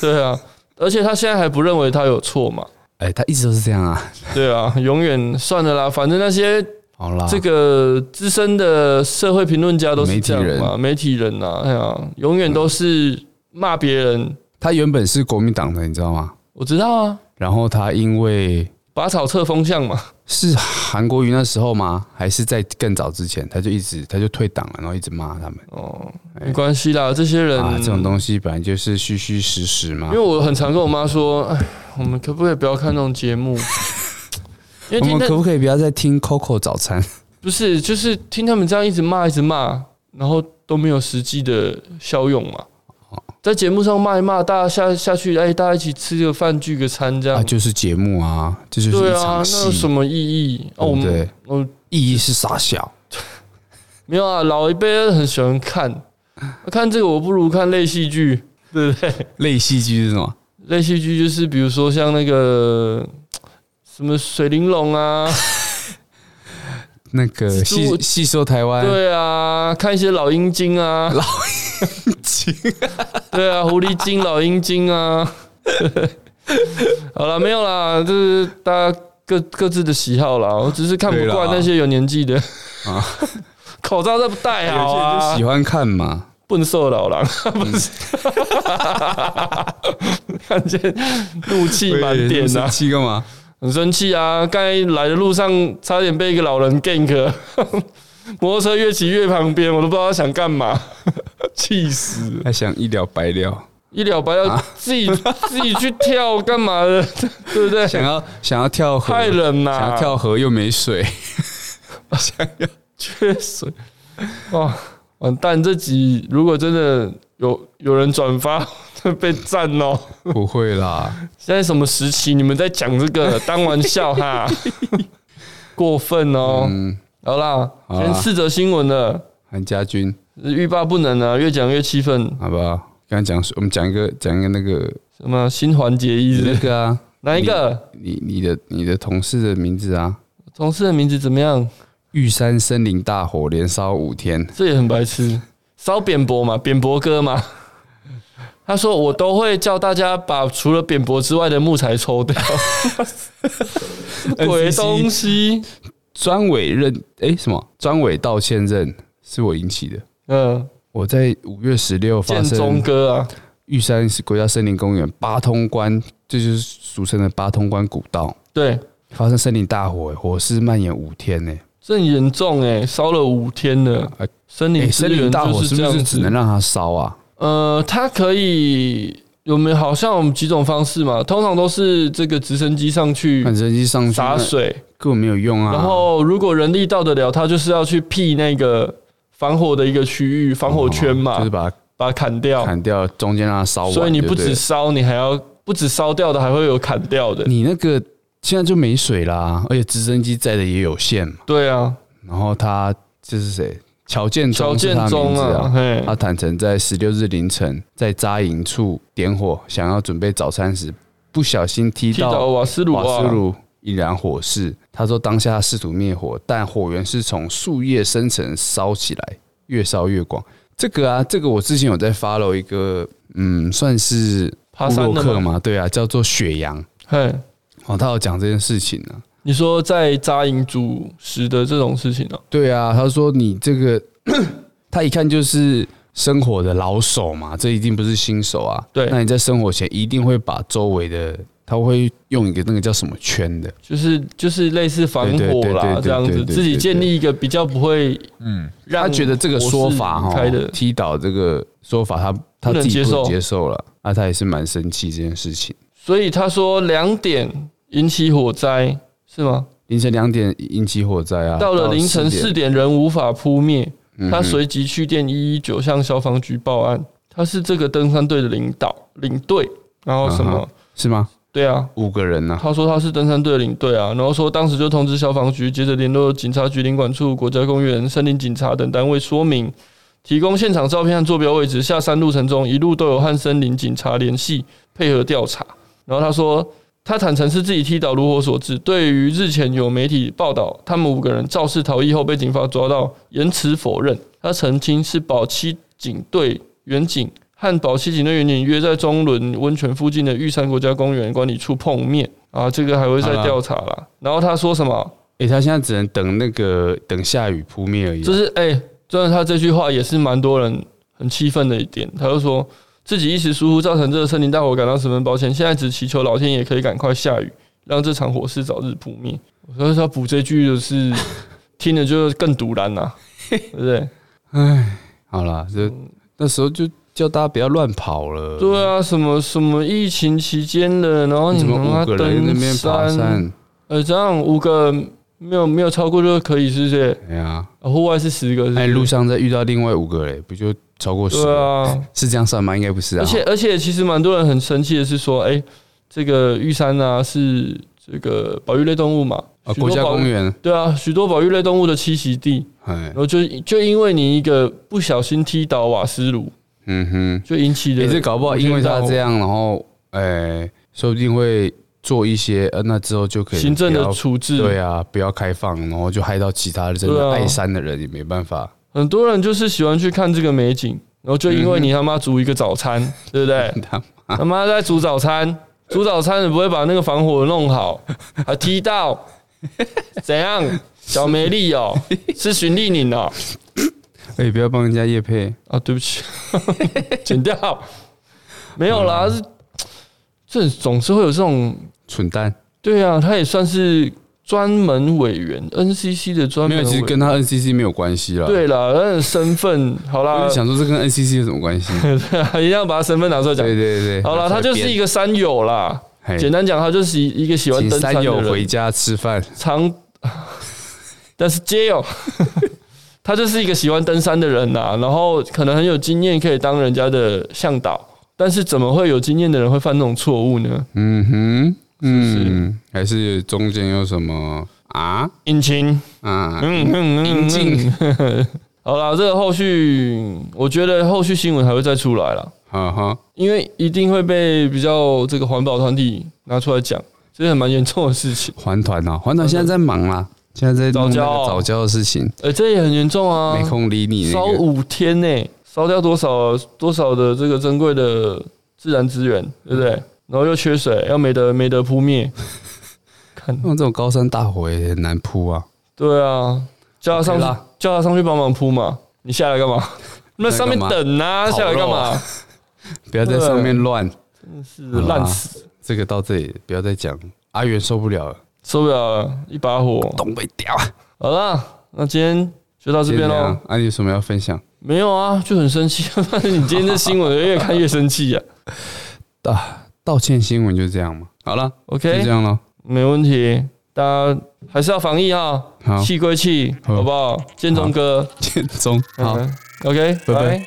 对啊，而且他现在还不认为他有错嘛？
哎，他一直都是这样啊。
对啊，永远算了啦，反正那些
好啦，
这个资深的社会评论家都是这样
嗯
嘛，媒体人呐、啊，哎呀，永远都是骂别人。
他原本是国民党的，你知道吗？
我知道啊，
然后他因为
拔草测风向嘛，
是韩国瑜那时候吗？还是在更早之前？他就一直他就退党了，然后一直骂他们
哦，没关系啦，这些人、
嗯啊，这种东西本来就是虚虚实实嘛
因为。我很常跟我妈说，哎，我们可不可以不要看那种节目？ 因为
我
听
们可
他
不可以不要再听 Coco 早餐？
不是，就是听他们这样一直骂，一直骂，然后都没有实际的效用嘛。在节目上骂一骂，大家下下去，哎，大家一起吃个饭，聚个餐，这样
啊，就是节目啊，这就是
对
一
啊，
场
那有
戏
什，么意义？哦，
对
我
不
们
对？
我
意义是傻小，
没有啊，老一辈很喜欢看，看这个我不如看类戏剧，对不对？
类戏剧是什么？
类戏剧就是比如说像那个什么水玲珑啊，
那个
蜘
戏
蛛
戏说台湾，
对啊，看一些老鹰精 啊，
老
鹰精，对啊，狐狸精、老鹰精啊。 好了，没有啦，就是大家各各自的喜好啦。我只是看不
对
惯
啦
那些有年纪的
啊
啊， 口罩都不戴好
有些人就
啊
喜，欢看嘛。
笨瘦老狼 不是，看见怒气满点
生
啊，
气干嘛？
很生气啊！刚才来的路上差点被一个老人 gank，摩托车越骑越旁边，我都不知道他想干嘛， 气死！
他想一了百了，
一了百
啊
了，自己自己去跳干嘛的， 对不对？啊
想要想要跳河，
害人呐、
想要跳河又 没水，
缺水，哇，完蛋！这集如果真的有有人转发， 被赞哦。
不会啦，
现在什么时期？你们在讲这 个当玩笑哈，过分哦！
嗯，
好啦，
好啦
先四则新闻了，
韩家军，
欲罢不能啊，越讲越气愤。
好不好？刚才讲说，我们讲一个讲一个那个
什么新环节意
那
思？
个啊，
哪一个
你你的你的同事的名字啊，
同事的名字怎么样？
玉山森林大火连烧五天，
这也很白痴，烧扁博嘛，扁博哥嘛。他说：“我都会叫大家把除了扁柏之外的木材抽 掉，鬼
NCC
东西。
专委认哎、什么专委道歉认是我引起的。”
嗯，
我在五月十六发
建中
生
哥啊，
玉山国家森林公园八通关，这就是俗称的八通关古道，
对，
发生森林大火、火势蔓延五天呢、
这很严重哎、烧了五天了
哎。
森
哎、
林资
森林
源
大
就
火是
这
不
样
是
子。
只能让它烧啊？
呃，它可以有没有好像我们几种方式嘛？通常都是这个直升机上去
反正一上去
洒水，
根本没有用啊。
嗯然后如果人力到得了，它就是要去辟那个防火的一个区域，防火圈嘛，
哦就是把它
把它砍掉。
砍掉，中间让它烧完。
所以你不止
对对
烧，你还要不止烧掉的，还会有砍掉的。
你那个现在就没水啦，而且直升机载的也有限嘛。
对啊，
然后他这是谁？乔建
小
忠是
建
他名
中
字
啊，
啊。
嘿，
他坦诚在十六日凌晨在扎营处点火，想要准备早餐时，不小心踢
踢到
到
瓦斯炉
瓦斯
啊，
炉，引燃火势。他说当下试图灭火，但火源是从树叶深层烧起来，越烧越广。这个啊，这个我之前有在 follow 一个，嗯，算是
爬
布
山
洛
的
克
吗
嘛，对啊，叫做雪羊
嘿，
哦，他有讲这件事情呢、啊。
你说在扎营主食的这种事情呢、
对啊，他说你这个， 他一看就是生活的老手嘛，这一定不是新手啊。
对
那你在生活前一定会把周围的，他会用一个那个叫什么圈的，
就是就是类似防火啦
对对对对对对
这样子，
对对
自己建立一个比较不会
嗯，
让
他觉得这个说法
火势
哈哦
开的，
踢倒这个说法他，他
不能
自己
接
不能
受
接受了，那他也是蛮生气这件事情。
所以他说两点引起火灾是吗？
凌晨两点引起火灾啊，
到了凌晨
4
四点
点，
仍无法扑灭，
嗯
他
哼
随即去电一一九向消防局报案。他是这个登山队的领导领队，然后什
嗯
么
哼？是吗？
对啊，
五个人呢、
他说他是登山队的领队啊，然后说当时就通知消防局，接着联络警察局、领管处、国家公园、森林警察等单位说明，提供现场照片和坐标位置。下山路程中，一路都有和森林警察联系，配合调查。然后他说，他坦诚是自己踢倒炉火所致。对于日前有媒体报道，他们五个人肇事逃逸后被警方抓到，言辞否认。他澄清是保七警队远警和保七警队远警约在中仑温泉附近的玉山国家公园管理处碰面啊，这个还会再调查啦。然后他说什么？
诶，他现在只能等那个等下雨扑灭而已啊。
就是哎、真的，他这句话也是蛮多人很气愤的一点。他就说自己一时疏忽造成这个森林大火，感到十分抱歉。现在只祈求老天爷可以赶快下雨，让这场火势早日扑灭。我说他补这句就是听了就更堵然啦、对不对？
好啦，这那时候就叫大家不要乱跑了。
对啊，什么什么疫情期间的，然后
你
你
怎么
他妈
五个人在那边
登
爬
山，
山？
呃，这样五个没有没有超过就可以，是不是？
哎呀，
啊户外是十个是不是
哎，路上再遇到另外五个嘞，不就超过十
对
了？
啊，
是这样算吗？应该不是啊。
而且而且，其实蛮多人很生气的是说，哎、这个玉山啊是这个保育类动物嘛，
啊，
许多
国家
保
公园，
对啊，许多保育类动物的栖息地，
哎
然，后就就因为你一个不小心踢倒瓦斯炉，
嗯哼，
就引起的
也
无间大火，
是搞不好因为他这样，然后哎，说不定会做一些，呃，那之后就可以
行政
不
的
要
处置，
对啊，不要开放，然后就害到其他的真
对
的
啊
爱山的人也没办法。
很多人就是喜欢去看这个美景，然后就因为你他妈煮一个早
嗯
餐，对不 对？
他
他妈在煮早餐，煮早餐你不会把那个防火弄好，还踢 到，怎样？小梅丽哦，是循利宁哦，
哎、不要帮人家叶配，
啊，对不起， 剪掉，没有啦，
嗯
是这总是会有这种，
蠢蛋。
对啊，他也算是专门委员，NCC 的专
没
门委
有，其实
员，
跟他 NCC 没有关系啦。，
对啊啦，他的身份好
我
啦
就，想说这跟 NCC 有什么 关系？
一定要把他身份拿出来讲
对对。对，
好啦，他就是一个山友啦，
嘿
简单讲，他就是一个喜欢
哎请
登山
山
的
友回
人，
家吃饭。
常， 但是街友，他就是一个喜欢登山的人呐，然后可能很有经验，可以当人家的向导，但是怎么会有经验的人会犯那种错误呢？
嗯哼，
是不
嗯，还是中间有什么啊
引擎，
啊？
嗯嗯
引进，
好啦，这个后续我觉得后续新闻还会再出来啦，
哈哈，
因为一定会被比较这个环保团体拿出来讲，这是很蛮严重的事情，
环团啊，环团现在在忙啦，现在在弄
早
那
教
个
哦
早教的嗯事情，
呃，这也很严重啊，
没空理你
烧
那个。
五天呢、烧掉多少多少的这个珍贵的自然资源，对不对？
嗯
然后又缺水，又没得没得扑 灭，看，
那哦这种高山大火也很难扑啊。
对啊，叫他上
OK
去
啦，
叫他上去帮忙扑嘛，你下来干 嘛？那上面等啊，
烤肉啊
下来干嘛？
不要在上面乱。
是
啊
烂死，
这个到这里不要再讲，阿元受不了了，
受不了了，一把火。
东北屌啊！
好啦，那今天就到这
这
边
边
喽
哦。，啊，你有什么要分享
没有啊，就很生气。 你今天这新闻越看越生气啊。
啊？道歉新闻就这样嘛。好了，就
OK，
这样咯。
没问题，大家还是要防疫啊哈。
好，
气归气，
好
好不好？建中哥，
建中，好。
嗯，OK，
拜拜
拜。